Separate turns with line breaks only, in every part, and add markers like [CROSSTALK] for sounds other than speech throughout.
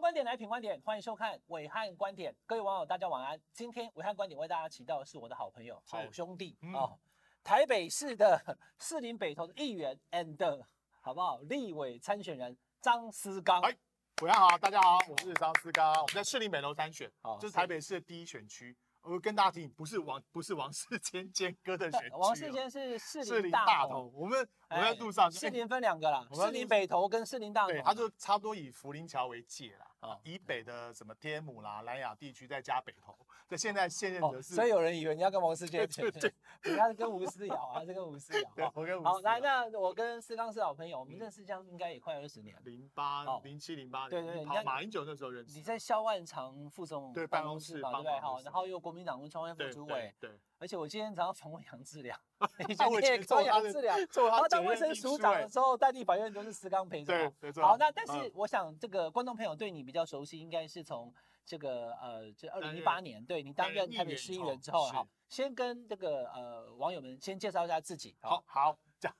观点来品观点，欢迎收看伟汉观点。各位网友，大家晚安。今天伟汉观点为大家请到的是我的好朋友、
是
好兄弟、
嗯
哦，台北市的士林北投的议员 and 好不好？立委参选人张思刚。
哎晚上好，大家好，我是张思刚，我们在士林北楼三选
好，
这是台北市的第一选区。我跟大家提醒，不是王不是王世坚坚哥的选区哦，
王世坚是士
士
林
林
大
大
同
同，，我们我
哎
们在路上，
士
哎
林分两个啦，
我们
士
在
林
路
北投跟士林大同
对，
嘛。
他就差不多以福林桥为界啦，
哦
啊，以北的什么天母啦、兰雅地区，再加北投，这现在现任
哦
者是
所以有人以为你要跟王世坚
对对
[LAUGHS] 对，他是跟吴思瑶啊，他是跟吴思
对
瑶。哦
我跟吴
好，
思
来，
啊瑶嗯
那我跟思刚是好朋友，我们认识将应该也快二十年了。
零八
哦
零七零八，
对对对你
跑
看
马英九那时候认识
你，在肖万长副总
对
办
办公
室
室
嘛，对不对？
办公
好，
室
然后又国民党文传会副
对
主委，
对，
而且我今天早上访问杨志良，以
啊
前
我以
也
前
搞
做 [LAUGHS] 他
杨
的
志良，
做
然后
[LAUGHS] 他
当
前
卫
任
生
秘
署
书
长
哎
的时候，在立法院都是石刚陪着
对
嘛。
没错。
好，那但
嗯
是我想这个观众朋友对你比较熟悉，应该是从这个呃，这二零一八
任
年对你担
担
任
任
台
议
北
员
市
以
议
后
员之后，
是
好，先跟这个呃网友们先介绍一下自己。
好，好 [LAUGHS] 这样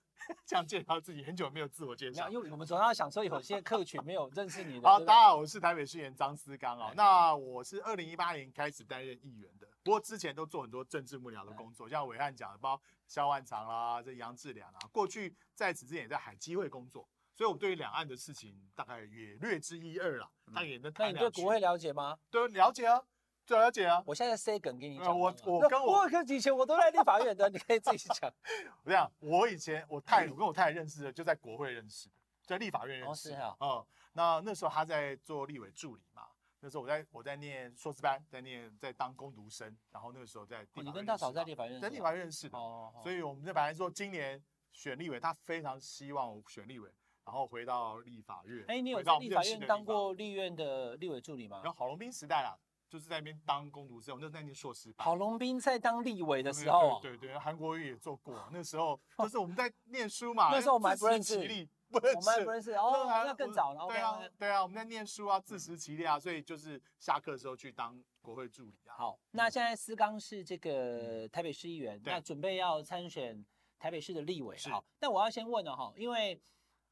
这样介绍自己，很久没有自我介
没
绍
有，。因为我们总要想说有些客群没有认识你的。
好，
对不对
大家好，我是台北市议员张思刚
哎
哦。那我是二零一八年开始担任议员的，不过之前都做很多政治幕僚的
哎
工作，像伟汉讲的，包括萧万长啦、这杨志良啊，过去在此之前也在海基会工作，所以我们对于两岸的事情大概也略知一二啦，但也能
嗯那
谈
你对
两
国会
句。
了解吗？
对，了解啊，对，了解啊。
我现在塞梗给你讲
呃
好
我
吗。
我
那
跟我
我跟以前我都在立法院的，你可以自己讲。
我讲，我以前我太我跟我太太认识的，就在国会认识的，在立法院
哦
认识。
是啊
嗯，那那时候他在做立委助理嘛，那时候我在我在念硕士班，在念在当工读生，然后那个时候在立法
哦 [LAUGHS]
院
你跟大嫂
认识
在
到
立法院
在
是
立
吧
法院认识的，
哦，
所
以
以我们就本来说今年选立委，他非常希望我选立委，然后回到立法院。
哎，你有
回到
在
我们
立法
认识
院
的
当
地方
过立院的立委助理吗
然？后郝龙斌时代啦，就是在那边当工读生，我那时候在念硕士班。
郝龙斌在当立委的
对
时候啊，
对对对，韩国瑜也做过，那时
[LAUGHS]
候就是我们在念书嘛，
那时候我们还不认识
自食其力，不认识，
我们还不认识
那
哦，
还
那更早了。
啊
嗯
对
OK，
啊
OK，
对啊，我们在念书啊，自食其力啊，所以就是下课的时候去当国会助理啊。
好，那现在思刚是这个台北市议员，
嗯对
那准备要参选台北市的立委。
是
好，但我要先问了哈，因为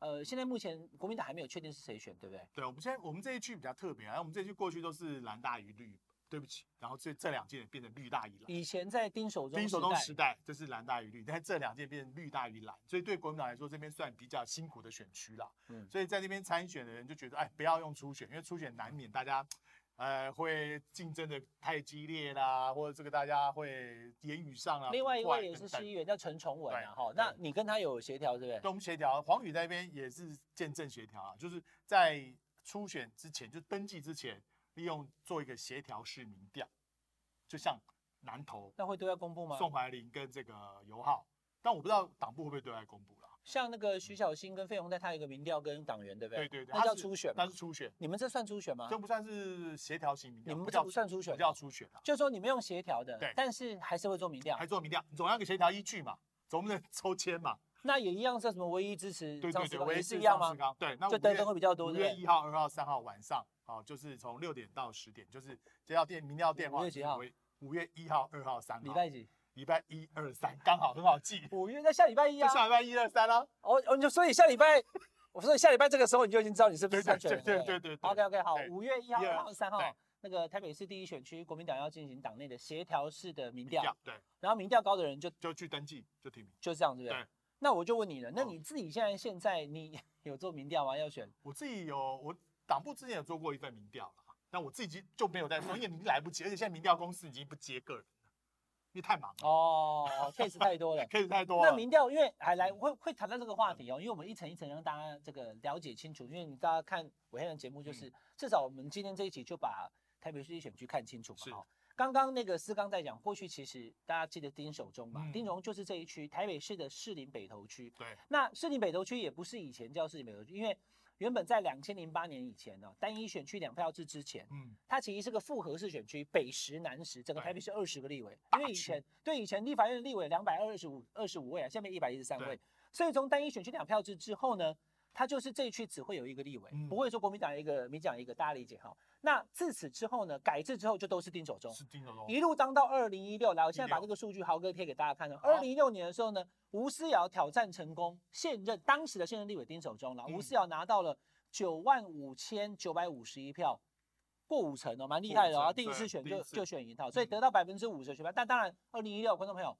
呃，现在目前国民党还没有确定是谁选，对不对？
对，我们现在我们这一区比较特别啊，我们这一区过去都是蓝大于绿，对不起，然后这这两届变成绿大于蓝。
以前在丁守中
丁守
哦时
中
代
时代就是蓝大于绿，但这两届变成绿大于蓝，所以对国民党来说，这边算比较辛苦的选区啦。
嗯
所以在那边参选的人就觉得，哎，不要用初选，因为初选难免大家，呃，会竞争的太激烈啦，或者这个大家会言语上啊。
另外一
不快
位也是
等
市
等
议员，叫陈崇文
对
啊，哈，
对
那你跟他有协调，对不
对，
对？
我们协调，黄宇在那边也是见证协调啊，就是在初选之前，就是登记之前，利用做一个协调式民调，就像南投
那会对外公布吗？
宋怀林跟这个尤浩，但我不知道党部会不会对外公布啦。
像那个徐小新跟费鸿泰，他有一个民调跟党员，对不对？
对嗯对对，
那叫
他是
初选嘛
那是初选，
你们这算初选吗？
这不算是协调型民调，
你们
不
这
叫
不算初选
不叫
哦
初选啊，
就说你们用协调的，
对
但是还是会做民调
还，做民调，总要有个协调依据嘛，总不能抽签嘛。
那也一样是什么唯一支持
对
嗯张
对
世
对，
刚
我
也
也
是一样吗？
刚对，那
就
五
得
月
分会比较多，
五
对
月
不对？
一号、二号、三号晚上，哦，就是从六点到十点，就是接到电民调电话。
五月几号？
五月一号、二号、三号。
礼拜几？
礼拜一二三，刚好很好记，
五月，那下礼拜一
就
啊。
下礼拜一二三啦。
哦哦，你就所以下礼拜，我说你下礼拜这个时候你就已经知道你是不是
对对
参选人
对
了。
对对对
OK OK，好，
对
五月一号、
一二
二号、三号
对，
那个台北市第一选区国民党要进行党内的协调式的民调
这，样对，
然后民调高的人就
就去登记，就提名。
就这样，对不对？
对
那我就问你了，那
嗯
你自己现在现在你 [LAUGHS] 有做民调吗？要选？
我自己有，我党部之前有做过一份民调啦，那我自己就没有在做，因为你来不及，而且现在民调公司已经不接个人了，因为太忙了
哦，case 太多了。
，case 太多
那
了。
民调，因为还来会会谈到这个话题哦，因为我们一层一层让大家这个了解清楚，因为你大家看伟汉的节
嗯
目，就是、至少我们今天这一集就把台北市选区看清楚
是
嘛。哦，刚刚那个思刚在讲，过去其实大家记得丁守中嘛，
嗯
丁守中就是这一区台北市的士林北投区。
对，
那士林北投区也不是以前叫士林北投区，因为原本在两千零八年以前呢、单一选区两票制之前，
嗯，
它其实是个复合式选区，北十南十，整个
对
台北市二十个立委，
大
因为以
区
前对以前立法院的立委两百二十五二十五位啊，下面一百一十三
对
位，所以从单一选区两票制之后呢，它就是这一区只会有一个立委，
嗯
不会说国民党一个、民进党一个，大家理解哈。那自此之后呢，改制之后就都是丁守中，
是丁守中。
一路当到二零一六来，我现在把
16
这个数据豪哥贴给大家看了。
好
二零一六年的时候呢，吴思瑶挑战成功，现任当时的现任立委丁守中了，
嗯
吴思瑶拿到了九万五千九百五十一票，过五成哦，蛮厉害的
过五
哦。
成
第一次
对
选
第一
就
次
就选赢到，所以
嗯
得到百分之五十的选票。但当然，二零一六观众朋友，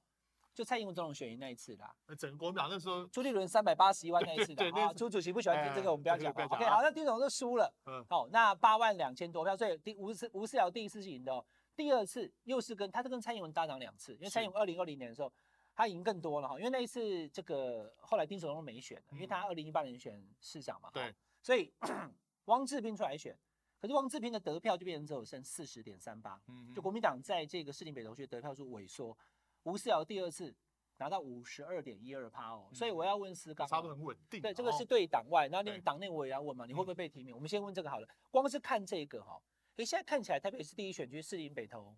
就蔡英文总统选赢那一次啦，
呃那整个国民党那时候，
朱立伦三百八十一万那一次
[LAUGHS] 对
的
对那
啊。
次
朱主席不喜欢听这
哎
个，我们不要
对
讲
对不要
了。
讲
OK，
啊
好，那第一种就输了。
嗯，
好，那八万两千多票，所以第吴思吴思瑶第一次是赢的、哦，第二次又是跟他是跟蔡英文搭档两次，因为
是
蔡英文二零二零年的时候他赢更多了哈，因为那一次这个后来丁守中没选了，因为
嗯
他二零一八年选市长嘛，
对，
所以 [CLEARS THROAT] 汪志斌出来选，可是汪志斌的得票就变成只有剩四十点三八，
嗯
就国民党在这个士林北投区得票数萎缩，吴思瑶第二次拿到五十二点一二趴哦，所以我要问思刚、
嗯差不多很稳定啊。
对，这个是
哦
对党外，然后
对
连党内我也要问嘛，你会
嗯
不会被提名？我们先问这个好了。光是看这个哈、诶，现在看起来台北市第一选区士林北投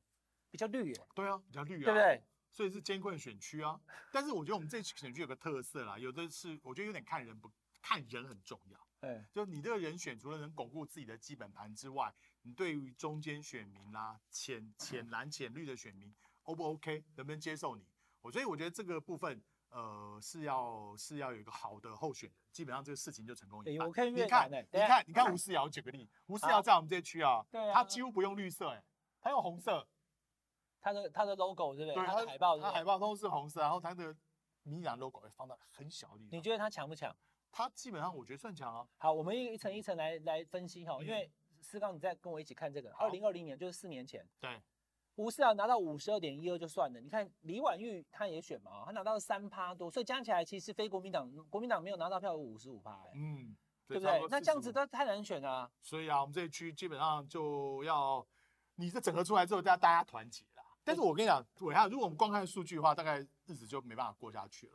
比较绿耶，
对啊，比较绿啊，
对不对？
所以是艰困选区啊。但是我觉得我们这选区有个特色啦，有的是我觉得有点看人不看人很重要。
哎，
就你这个人选，除了能巩固自己的基本盘之外，你对于中间选民啦、浅浅蓝、浅绿的选民，O 不 OK，能不能接受你？我所以我觉得这个部分，呃，是要是要有一个好的候选人，基本上这个事情就成功一
诶
半
我。看
你
越
看，
南呢，
你看，
[LAUGHS]
你看吴思瑶，举个例，吴思瑶
好
在我们这区啊，
对啊
他几乎不用绿色、欸，他用红色，
他的他的 logo 对不
对，
对？他的海报对
他
不
海
对？
报都是红色，然后他的民进党 logo 也放到很小的地方。
你觉得他强不强？
他基本上我觉得算强啊，
好，我们一一层一层来来分析哈、因
嗯
为思刚你在跟我一起看这个，
好
二零二零年就是四年前，
对，
吴思瑶拿到五十二点一二就算了，你看李婉玉她也选嘛，她拿到三趴多，所以加起来其实非国民党国民党没有拿到票五十五趴，诶
嗯，
对不
差
对
多？
那这样子
45
都太难选了、啊。
所以啊，我们这一区基本上就要，你这整合出来之后，大家大家团结啦。但是我跟你讲，伟汉，如果我们光看数据的话，大概日子就没办法过下去了。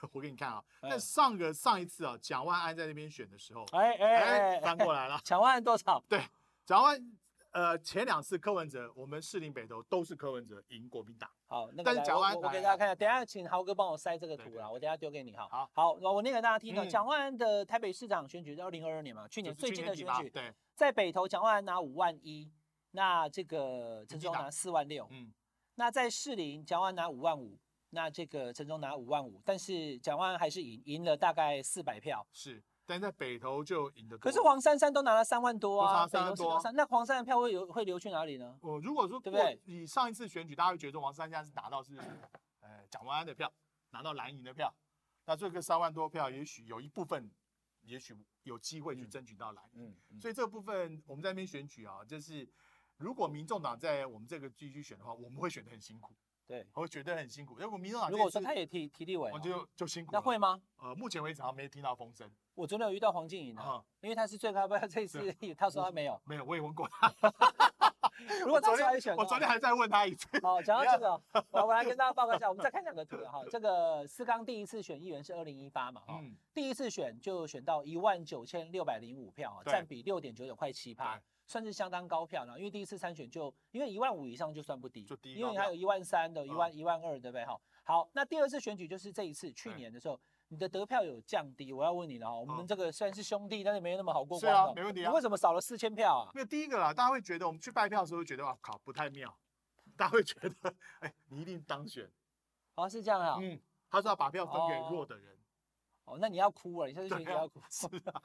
[LAUGHS] 我给你看啊，
嗯
但上个上一次啊，蒋万安在那边选的时候，
哎哎
哎，
哎，
翻过来了。
抢万多少？
蒋万安，呃，前两次柯文哲，我们士林北投都是柯文哲赢国民党。
好，那个
但是
来
蒋
我
万
我我给
来
大
来
家看一下，等一下请豪哥帮我筛这个
对
图啊
对
啦，我等一下丢给你哈。
好，
好，我我念给大家听哦。
嗯
蒋万安的台北市长选举是二零二二年嘛，去
就
年
是
最
去
近
年
的
底
选
吧
举，
对，
在北投蒋万安拿五万一，那这个陈
民进
忠拿
党
四万六，
嗯，
那在士林蒋万安拿五万五，那这个陈忠拿五万五，但是蒋万安还是赢赢了大概四百票。
是，但在北投就赢得多
可
了。
是黄珊珊都拿了三万多啊，
都拿3
北
万
投市
多啊
拿三那黄珊珊的票会流会流去哪里呢？
我呃如果说
对
过
不对
以上一次选举，大家会觉得王珊珊是拿到是呃蒋万安的票，拿到蓝营的票，那这个三万多票，也许有一部分，也许有机会去争取到蓝营。
嗯，嗯
所以这部分我们在那边选举啊，就是如果民众党在我们这个地区选的话，我们会选得很辛苦，
对。
我会觉得很辛苦。如果民众党
如果
这
说
次
他也提提立委、
我
哦，
就就辛苦了。
那会吗？
呃，目前为止好像没听到风声
我昨天有遇到黄静怡啊，
啊，
因为她是最高票，这一次 [LAUGHS] 她说她没有。
没有，我也问过他。
如
我
果
昨
她出来选的
天
话，
我昨天还在问他一次。
好，讲到这
[LAUGHS]
个，我我来跟大家报告一下，我们再看两个图哈。这个思刚第一次选议员是二零一八嘛，哈、
嗯，
第一次选就选到一万九千六百零五票啊，
对
占比六点九九块七
对
趴，算是相当高票了。因为第一次参选就因为一万五以上就算不低，
就低
因为
高
你还有一万三的、
嗯
一万一万二，对不对？哈，好，那第二次选举就是这一次去
对
年的时候。你的得票有降低，我要问你了哈。啊我
嗯
们这个虽然是兄弟，但是没有那么好过
是
关
啊
哦
没问题
你
啊
为什么少了四千票啊？
没有第一个啦，大家会觉得我们去拜票的时候会觉得哇靠不太妙，大家会觉得哎你一定当选，
好像是这样啊。
嗯，他说要把票分给弱的人， [LAUGHS]
哦，那你要哭了，你下次选
对
举
啊
要哭。
是啊，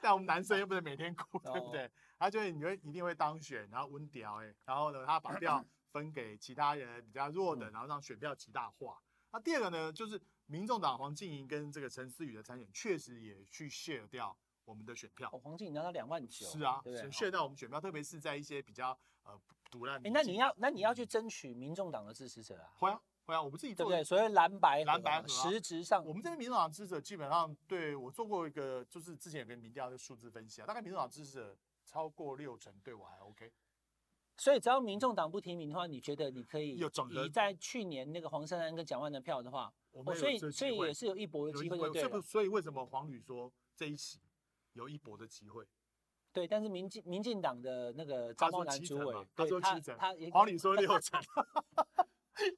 但我们男生又不能每天哭，对
哦
不对？他觉得你会一定会当选，然后温屌哎，然后呢他把
[CLEARS THROAT]
票分给其他人比较弱
嗯
的，然后让选票极大化。那第二个呢，就是民众党黄静莹跟这个陈思宇的参选，确实也去 share 掉我们的选票
哦，。黄静你拿到两万九，
是啊，
对不对？
share 掉我们选票，特别是在一些比较呃独烂。
哎，那你要那你要去争取民众党的支持者啊，
会啊，会啊，我们自己
对
做
不
的。
对？所谓蓝白
蓝
合
白
啊
合啊
实质上
我们这边民主党支持者基本上对我做过一个，就是之前有个民调的数字分析啊，大概民主党支持者超过六成对我还 OK。
所以只要民众党不提名的话，你觉得你可以
有整个
以在去年那个黄珊珊跟蒋万的票的话，
我
哦，
们
所以
有这个
所以
机会
也是有一搏的
有
机
一
会就对
所以不
了。
所以为什么黄旅说这一期有一搏的机会？
对，但是民进民进党的那个
他
张
说
茂南
七
主
成
委
嘛，他
对
说
他
七成
他也
黄旅说六成， [LAUGHS]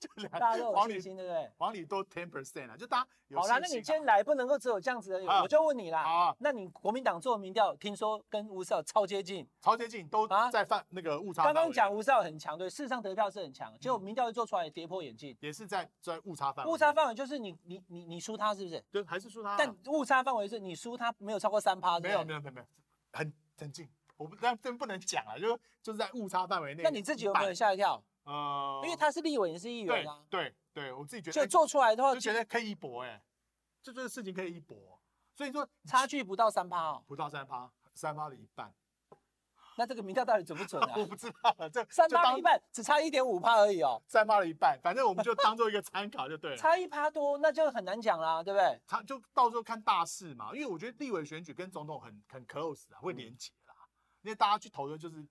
就
大家
两
都有
黄
信
旅
心，对不对？
黄旅多 ten percent 啊，就大家有
好啦，那你
信
今
心
天来不能够只有这样子而已，
啊
我就问你
啊
啦。
啊，
那你国民党做民调，听说跟吴少超接近，
超接近都
啊
在犯那个误差范
刚
围。
刚讲吴少很强，对，事实上得票是很强，结果
嗯
民调一做出来也跌破眼镜。
也是在在误差范围内，
误差范围就是你你你你输他是不是？
对还是说他啊
但误差范围是你输他没有超过三趴，
没有没有没有没有，很很近。我不但真不能讲啊，就是就是在误差范围内。
那你自己有没有
一半？
吓一跳？
呃，
因为他是立委，也是议
对
员啊，
对对，我自己觉得哎
就做出来的话，
就觉得可以一搏哎、就这个事情可以一搏，所以说
差距不到三趴哦。
不到三趴，三趴的一半，
那这个民调到底准不准啊
[LAUGHS] 我？不知道了，这
三
就
趴
当
一半，只差一点五趴而已哦，
三趴的一半，反正我们就当做一个参考就对了。
差一趴多，那就很难讲啦，对不对？
他就到时候看大势嘛，因为我觉得立委选举跟总统很很 close 啊，会
嗯
连结啦，因为大家去投的就是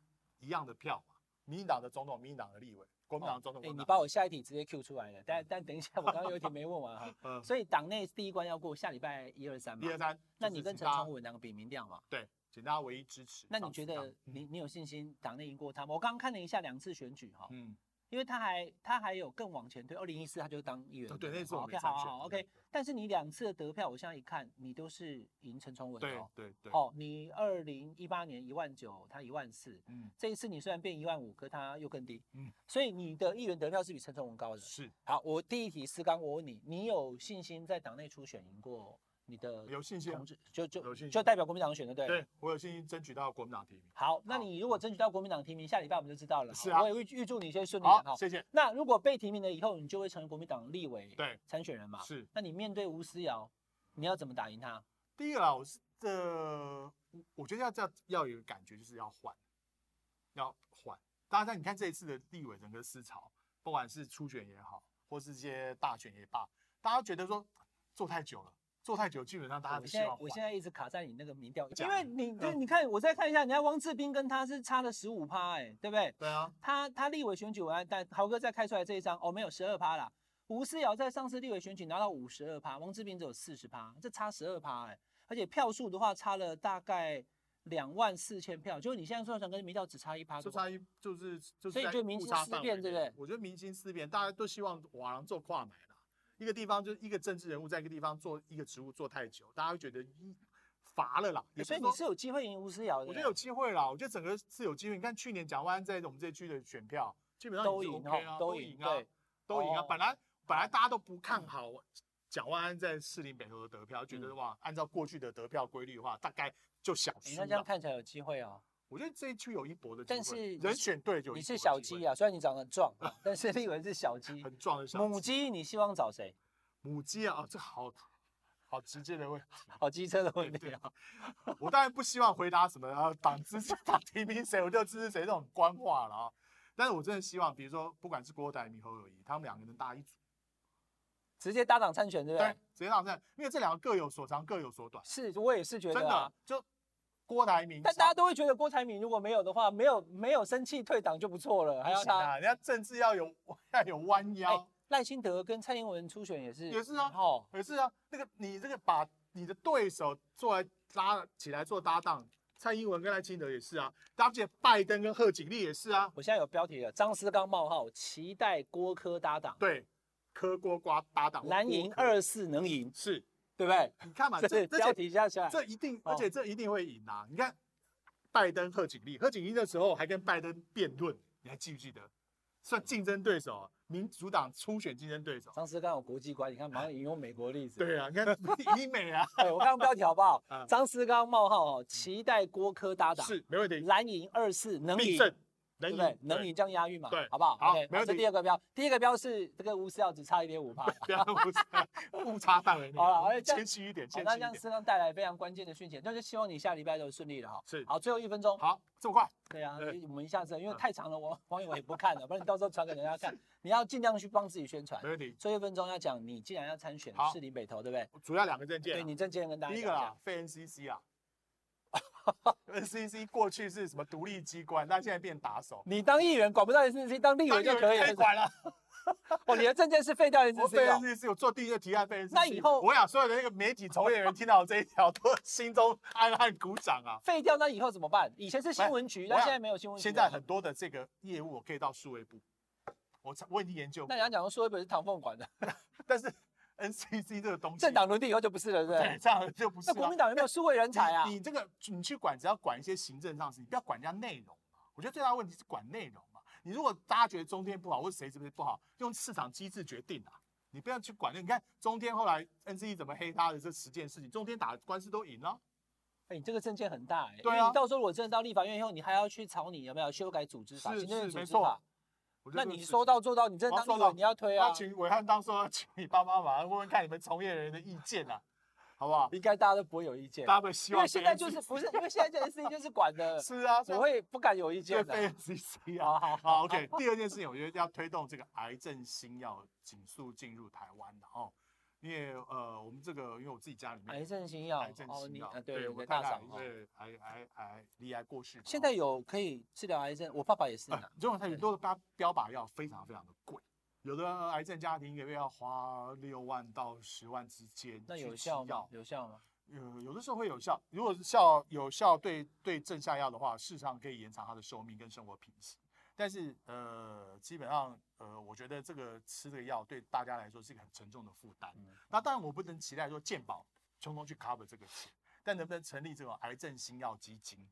一样的票嘛，民进党的总统、民进党的立委，国民党的总统、
哎
国
你
民
把
党
我下一题直接 Q 出来了，
嗯
但但等一下，我刚刚有一题没问
[LAUGHS]
完哈。
呃
所以党内第一关要过，下礼拜一二三嘛
[LAUGHS] 一。二三，
嗯那
就
你
是
跟
请
陈
大家
昌文两个比民调嘛？
对，请大家唯一支持。
那你
上
觉
次党
得你你有信心党内赢过他吗？我刚刚看了一下两次选举哈，
嗯，
因为他还他还有更往前推，二零一四他就当议员了
嗯
嘛。
对，那次
好
我没
OK，
参
好好
选
好
对
，OK。但是你两次的得票，我现在一看，你都是赢陈崇文的
对
哦。
对对，
哦，你二零一八年一万九，他一万四，
嗯，
这一次你虽然变一万五，可他又更低，
嗯
所以你的议员得票是比陈崇文高的。
是
好，我第一题思刚，我问你，你有信心在党内初选赢过你的
有信心啊
同，志，就
有
就
信心
就代表国民党选的对了？
对我有信心争取到国民党提名。
好，那
好
你如果争取到国民党提名，下礼拜我们就知道了。
是
好
啊
我也预预祝你一些顺利哈
好，。谢谢。
那如果被提名了以后，你就会成为国民党立委
对，
参选人嘛？
是
那你面对吴思瑶，你要怎么打赢他？
第一个啦，我是这，我觉得要这样要有一个感觉，就是要换，要换。当然，你看这一次的立委整个思潮，不管是初选也好，或是这些大选也罢，大家觉得说做太久了，做太久，基本上大家
我
都希
现在
望
我
换。
现在一直卡在你那个民调，因
假
为
的
你对，
嗯
你看我再看一下，人家汪志斌跟他是差了十五趴，哎、对不对？
对啊，
他他立委选举文案，但豪哥再开出来这一张，哦，没有十二趴啦。吴思瑶在上次立委选举拿到五十二趴，汪志斌只有四十趴，这差十二趴哎，而且票数的话差了大概两万四千票，就是你现在算算跟民调只差一趴
就
多，
差一就是就是，
所以就民心思变对不对？
我觉得民心思变，大家都希望瓦郎做跨买啦。一个地方就是一个政治人物，在一个地方做一个职务做太久，大家会觉得嗯乏了啦。也不
所以你
说
是有机会赢吴思瑶的。
我觉得有机会啦，我觉得整个是有机会。你看去年蒋万安在我们这区的选票，基本上
都
也是
赢
OK 啊，
哦都
都
赢
赢啊
对，
都赢啊。
哦
本来本来大家都不看好蒋万安在士林北投的得票，觉得
嗯
哇，按照过去的得票规律的话，大概就小
你
输
看这样
了。
看起来有机会哦，
我觉得这一区有一搏的机会，
但是
人选对就有
你
一
是
搏的
小
机会
鸡，啊，虽然你长得很壮啊，但是立委是小鸡。
[LAUGHS] 很壮的小
母鸡你希望找谁？
母鸡啊，哦这好好直接的问题。
好哦机车的问
对
题啊，
我当然不希望回答什么啊，党支
[LAUGHS]
持党提名谁，我就支持谁这种官话了啊。但是我真的希望，比如说，不管是郭台铭、侯友谊，他们两个能搭一组，
直接搭档参选对不啊对？，
直接上阵，因为这两个各有所长，各有所短，
是，我也是觉
真
得啊
的。就郭台铭，
但大家都会觉得郭台铭如果没有的话，没有没有生气退党就不错了，还
不
要
行
他。
啊，人家政治要有 [LAUGHS] 要有弯腰。
哎赖清德跟蔡英文初选也是，
也是啊
哦，
可是啊，那个你这个把你的对手做来拉起来做搭档，蔡英文跟赖清德也是啊，而且拜登跟贺锦丽也是啊，
我现在有标题了，张思刚冒号期待郭科搭档，
对，啊柯郭瓜搭档，
蓝营
郭柯
二四能赢，
是，
对不对？
你看嘛，
[LAUGHS] 这
啊这
是
这
标
些
题下下来，
这一定，
哦
而且这一定会赢啊！你看，拜登、贺锦丽，贺锦丽那时候还跟拜登辩论，你还记不记得？算竞争对手啊，民主党初选竞争
[LAUGHS]
对手。
张思刚有国际观，你看马上引用美国例子。
对啊，
[LAUGHS]
你看医美啊，
哎，我刚刚标题好不好
啊？
张思刚冒号哦，期待郭科搭档，
是没问题，
蓝营二四能
必
赢。
胜，
对不
能赢
对？，能
对
赢，这样押韵嘛，
对
好不好？
好
OK，
没问
这
题
第二个标，第一个标是这个吴思瑶只差一点五趴，
不要误差误差范围内，
好了
我们
而且这样
谦虚一点，
好，
谦
那
虚
这样
一点。
是能带来非常关键的讯息，那就希望你下礼拜都顺利了哈。
是
好，最后一分钟。
好，这么快，
对啊，
对
我们一下子，因为
嗯
太长了，网网友也不看了，不然你到时候传给人家看。你要尽量去帮自己宣传
没。问题。
最后一分钟要讲，你既然要参选
好
士林北投，对不对？
主要两个证件
对
啊，
你证件跟大家
第一
讲
个啦
下。，
非 NCC 啊
[LAUGHS]
，NCC 过去是什么独立机关，但现在变打手，
你当议员管不到 NCC，当立委就可以
当然有人
了。
管了。
哦，你的证件是废掉
我被
NCC 哦。
NCC 我做第一个提案被 NCC，
那以后
我想所有的那个媒体从业人员听到这一条，都心中暗暗鼓
[LAUGHS]
掌啊。
废掉那以后怎么办？以前是新
喂
闻局，
我
但现
想
在没有新闻局了。啊
现在很多的这个业务，我可以到数位部，我我已经研究过
那。人家讲说说一本是唐凤管
[LAUGHS]
的，
但是 NCC 这个东西，
政党轮替以后就不是了，对不
对
对？
这样就不是
那
啊。
国民党有没有数位人才啊
你？你这个你去管，只要管一些行政上的事情，不要管人家内容嘛。我觉得最大的问题是管内容嘛。你如果大家觉得中天不好，或者谁是不是不好，用市场机制决定啊。你不要去 E 管那，你看中天后来 NCE 怎么黑他的这十件事情，中天打官司都赢了，
哎哎，你这个证件很大哎、
对啊
因为你到时候我真的到立法院以后，你还要去吵你有没有修改组织法、
是
行政院
是
组
没
织法
错。我觉
那
得这个
你
事
说
情
到做到，你真的
我要
当立
说到
委你要推
那
啊，
请伟汉当说，请你爸妈马上问问看你们从业人员的意见啊，好不好？
应该大家都不会有意见，
大家会希
因
望，
为现在就是不是因为现在这件事情就是管的
[LAUGHS] 是 E 啊，
我会不敢有意
对
见的。
FCC
好
啊。
好好，
好，OK。第二件事情，我觉得要推动这个癌症新药紧速进入台湾的哦，因为呃，我们这个因为我自己家里面
癌症新药
癌症
哦，
新
你
药
啊，
对
对，你
我
的大
太太
赏哦。
是癌癌癌离癌过世嘛，
现
哦
在有可以治疗癌症，我爸爸也是
[LAUGHS]
呢
呃，这种它有
对
多标标靶药非常非常的贵，有的呃癌症家庭一个月要花六万到十万之间，
那有效吗？？有效吗？
呃有有的时候会有效，如果是效有效对对症下药的话，事实上可以延长它的寿命跟生活品质。但是呃，基本上呃，我觉得这个吃这个药对大家来说是一个很沉重的负担。
嗯
那当然我不能期待说健保成功去 cover 这个钱，但能不能成立这种癌症新药基金，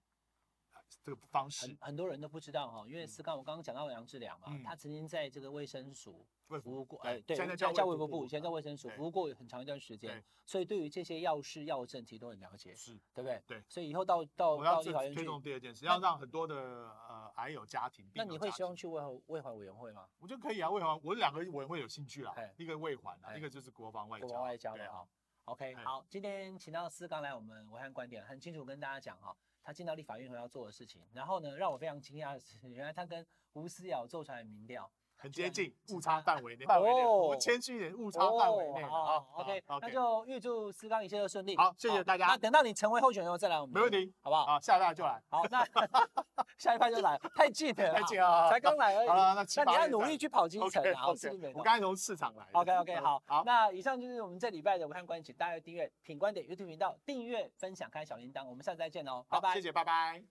呃这个方式
很，很多人都不知道哈，因为
嗯
思康我刚刚讲到杨志良嘛
嗯，
他曾经在这个卫生署
卫
服
福
务
部
过，哎，对，
现在
叫
叫
卫
卫
福
福
部，
部啊
以前叫卫生署
对
服务过很长一段时间
对，
所以对于这些药事、药症其实都很了解，
是
对不对？
对
所以以后到到
我要
到
这
立法院
推
去，
动第二件事，
那
要让很多的呃癌友家庭，
那
病
你
友
会
家
希望
庭
去卫环卫环委员会吗？
我觉得可以啊，卫环，我两个委员会有兴趣啦
哎，
一个卫环啊，
哎
一个就是国防外交，
国防外交
对
的
啊，
哈。OK，
哎
好，今天请到思刚来我们维汉观点，很清楚跟大家讲哈，他进到立法院后要做的事情。然后呢，让我非常惊讶的是，原来他跟吴思瑶做出来的民调
很接
[LAUGHS]
近
是
误差范围内，范围内，
哦
我们谦虚一点，误差范围内
哦
了
好
啊。
OK，
好
那就预祝思刚一切都顺利。
好谢谢大家
那等到你成为候选人后再来我们，
没问，题，
好不好？
好，下大家就来，
好，
[LAUGHS]
那 [LAUGHS] 下一趴就来，太近了啦，
再见啊，
才刚来而已。
好了，那七
那你
八
要
月
努
再
力
来
去跑京城
OK，
啊，我
OK，
是没
我刚才从市场来的
OK OK，
嗯
好，
好，
那以上就是我们这礼拜的武汉观景，大家要订阅品观点 YouTube 频道，订阅、分享、开小铃铛，我们下次再见喽，拜
好
拜。
谢谢，拜拜。